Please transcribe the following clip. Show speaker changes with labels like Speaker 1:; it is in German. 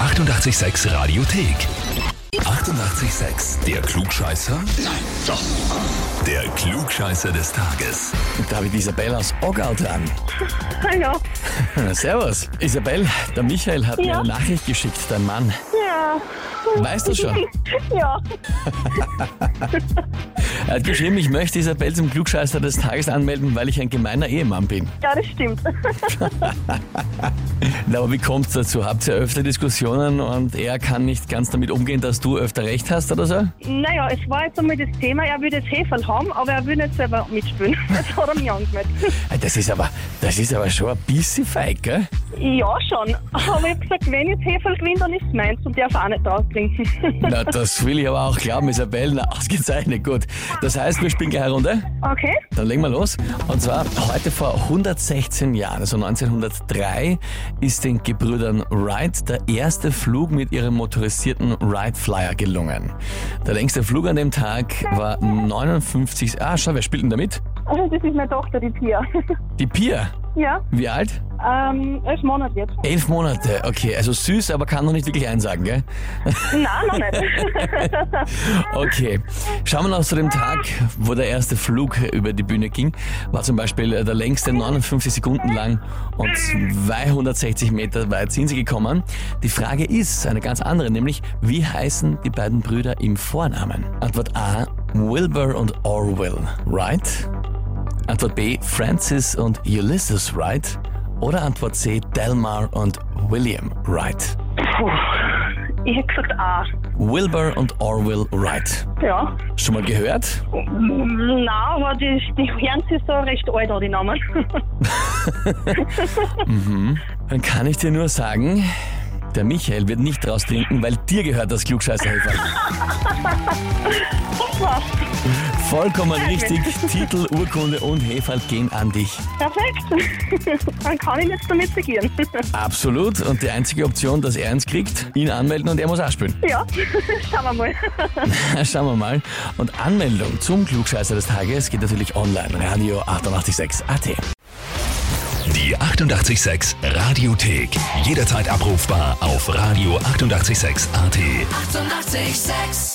Speaker 1: 886 Radiothek. 88,6. Der Klugscheißer? Nein, doch. Der Klugscheißer des Tages.
Speaker 2: Da habe ich die Isabel aus Ogau dran.
Speaker 3: Hallo.
Speaker 2: Servus. Isabel, der Michael hat mir
Speaker 3: Ja.
Speaker 2: eine Nachricht geschickt, dein Mann.
Speaker 3: Ja.
Speaker 2: Weißt du schon?
Speaker 3: Ja.
Speaker 2: Er hat geschrieben, ich möchte Isabel zum Klugscheißer des Tages anmelden, weil ich ein gemeiner Ehemann bin.
Speaker 3: Ja, das stimmt.
Speaker 2: Na, aber wie kommt's dazu? Habt ihr öfter Diskussionen und er kann nicht ganz damit umgehen, dass du öfter recht hast oder so?
Speaker 3: Naja, es war jetzt einmal das Thema, er will das Heferl haben, aber er will nicht selber mitspielen. Das hat er mich angemeldet.
Speaker 2: Ah, Das ist aber, das ist aber schon ein bisschen feig, gell?
Speaker 3: Ja, schon. Aber ich habe gesagt, wenn jetzt Heferl gewinnt, dann ist es meins und darf auch nicht draus trinken.
Speaker 2: Na, das will ich aber auch glauben, Isabel. Na, ausgezeichnet, gut. Das heißt, wir spielen gleich eine Runde.
Speaker 3: Okay?
Speaker 2: Dann legen wir los. Und zwar heute vor 116 Jahren, also 1903, ist den Gebrüdern Wright der erste Flug mit ihrem motorisierten Wright Flyer gelungen. Der längste Flug an dem Tag war 59. Ah, schau, wer spielt denn damit?
Speaker 3: Also, das ist meine Tochter, die Pia.
Speaker 2: Die Pia.
Speaker 3: Ja,
Speaker 2: Wie alt?
Speaker 3: ähm, elf Monate jetzt.
Speaker 2: Elf Monate. Okay, also süß, aber kann noch nicht wirklich einsagen, gell?
Speaker 3: Nein, noch nicht.
Speaker 2: Okay. Schauen wir noch zu dem Tag, wo der erste Flug über die Bühne ging. War zum Beispiel äh, der längste 59 Sekunden lang und 260 Meter weit sind sie gekommen. Die Frage ist eine ganz andere, nämlich wie heißen die beiden Brüder im Vornamen? Antwort A, Wilbur und Orwell Wright. Antwort B, Francis und Ulysses Wright. Oder Antwort C, Delmar und William Wright.
Speaker 3: Puh, ich hätte gesagt, ah.
Speaker 2: Wilbur und Orwell Wright.
Speaker 3: Ja.
Speaker 2: Schon mal gehört?
Speaker 3: Nein, aber die, die hören sich so recht alt an, die Namen.
Speaker 2: Dann kann ich dir nur sagen, der Michael wird nicht draus trinken, weil dir gehört das Klugscheißerhäferl.
Speaker 3: Super.
Speaker 2: Vollkommen richtig. Titel, Urkunde und Heferl gehen an dich.
Speaker 3: Perfekt. Dann kann ich jetzt damit regieren.
Speaker 2: Absolut. Und die einzige Option, dass er eins kriegt, ihn anmelden und er muss auch spielen.
Speaker 3: Ja, schauen wir mal.
Speaker 2: Schauen wir mal. Und Anmeldung zum Klugscheißer des Tages geht natürlich online. Radio 886 AT.
Speaker 1: Die 88,6 Radiothek. Jederzeit abrufbar auf radio886.at. 88,6.
Speaker 4: Eighty-eight, sex.